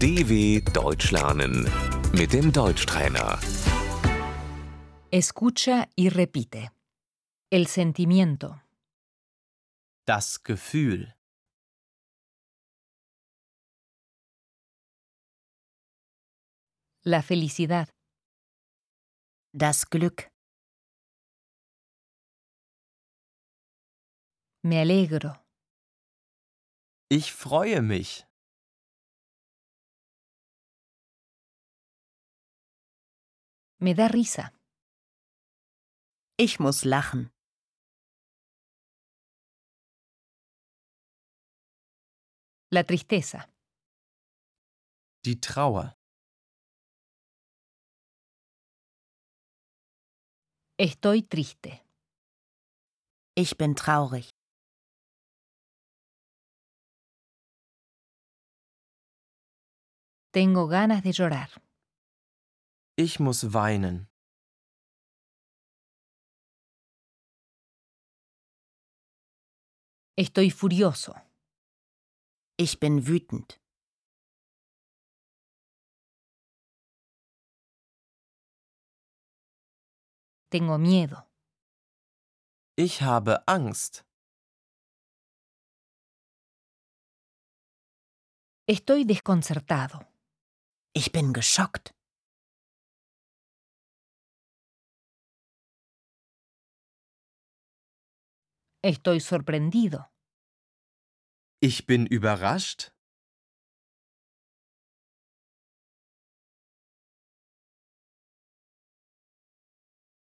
DW Deutsch lernen mit dem Deutschtrainer. Escucha y repite. El sentimiento, Das Gefühl. la felicidad, Das Glück. me alegro, Ich freue mich. me da risa, Ich muss lachen. la tristeza, Die Trauer. estoy triste, Ich bin traurig. tengo ganas de llorar, Ich muss weinen. estoy furioso, Ich bin wütend. tengo miedo, Ich habe Angst. estoy desconcertado, Ich bin geschockt. estoy sorprendido, Ich bin überrascht.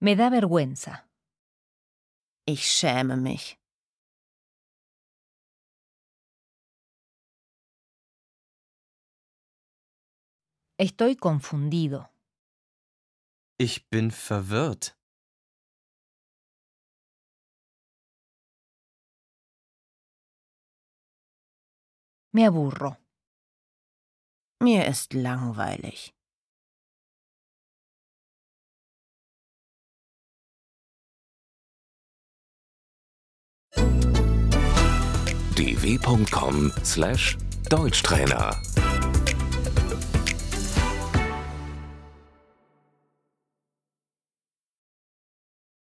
me da vergüenza, Ich schäme mich. estoy confundido, Ich bin verwirrt. me aburro, Mir ist langweilig. dw.com/deutschtrainer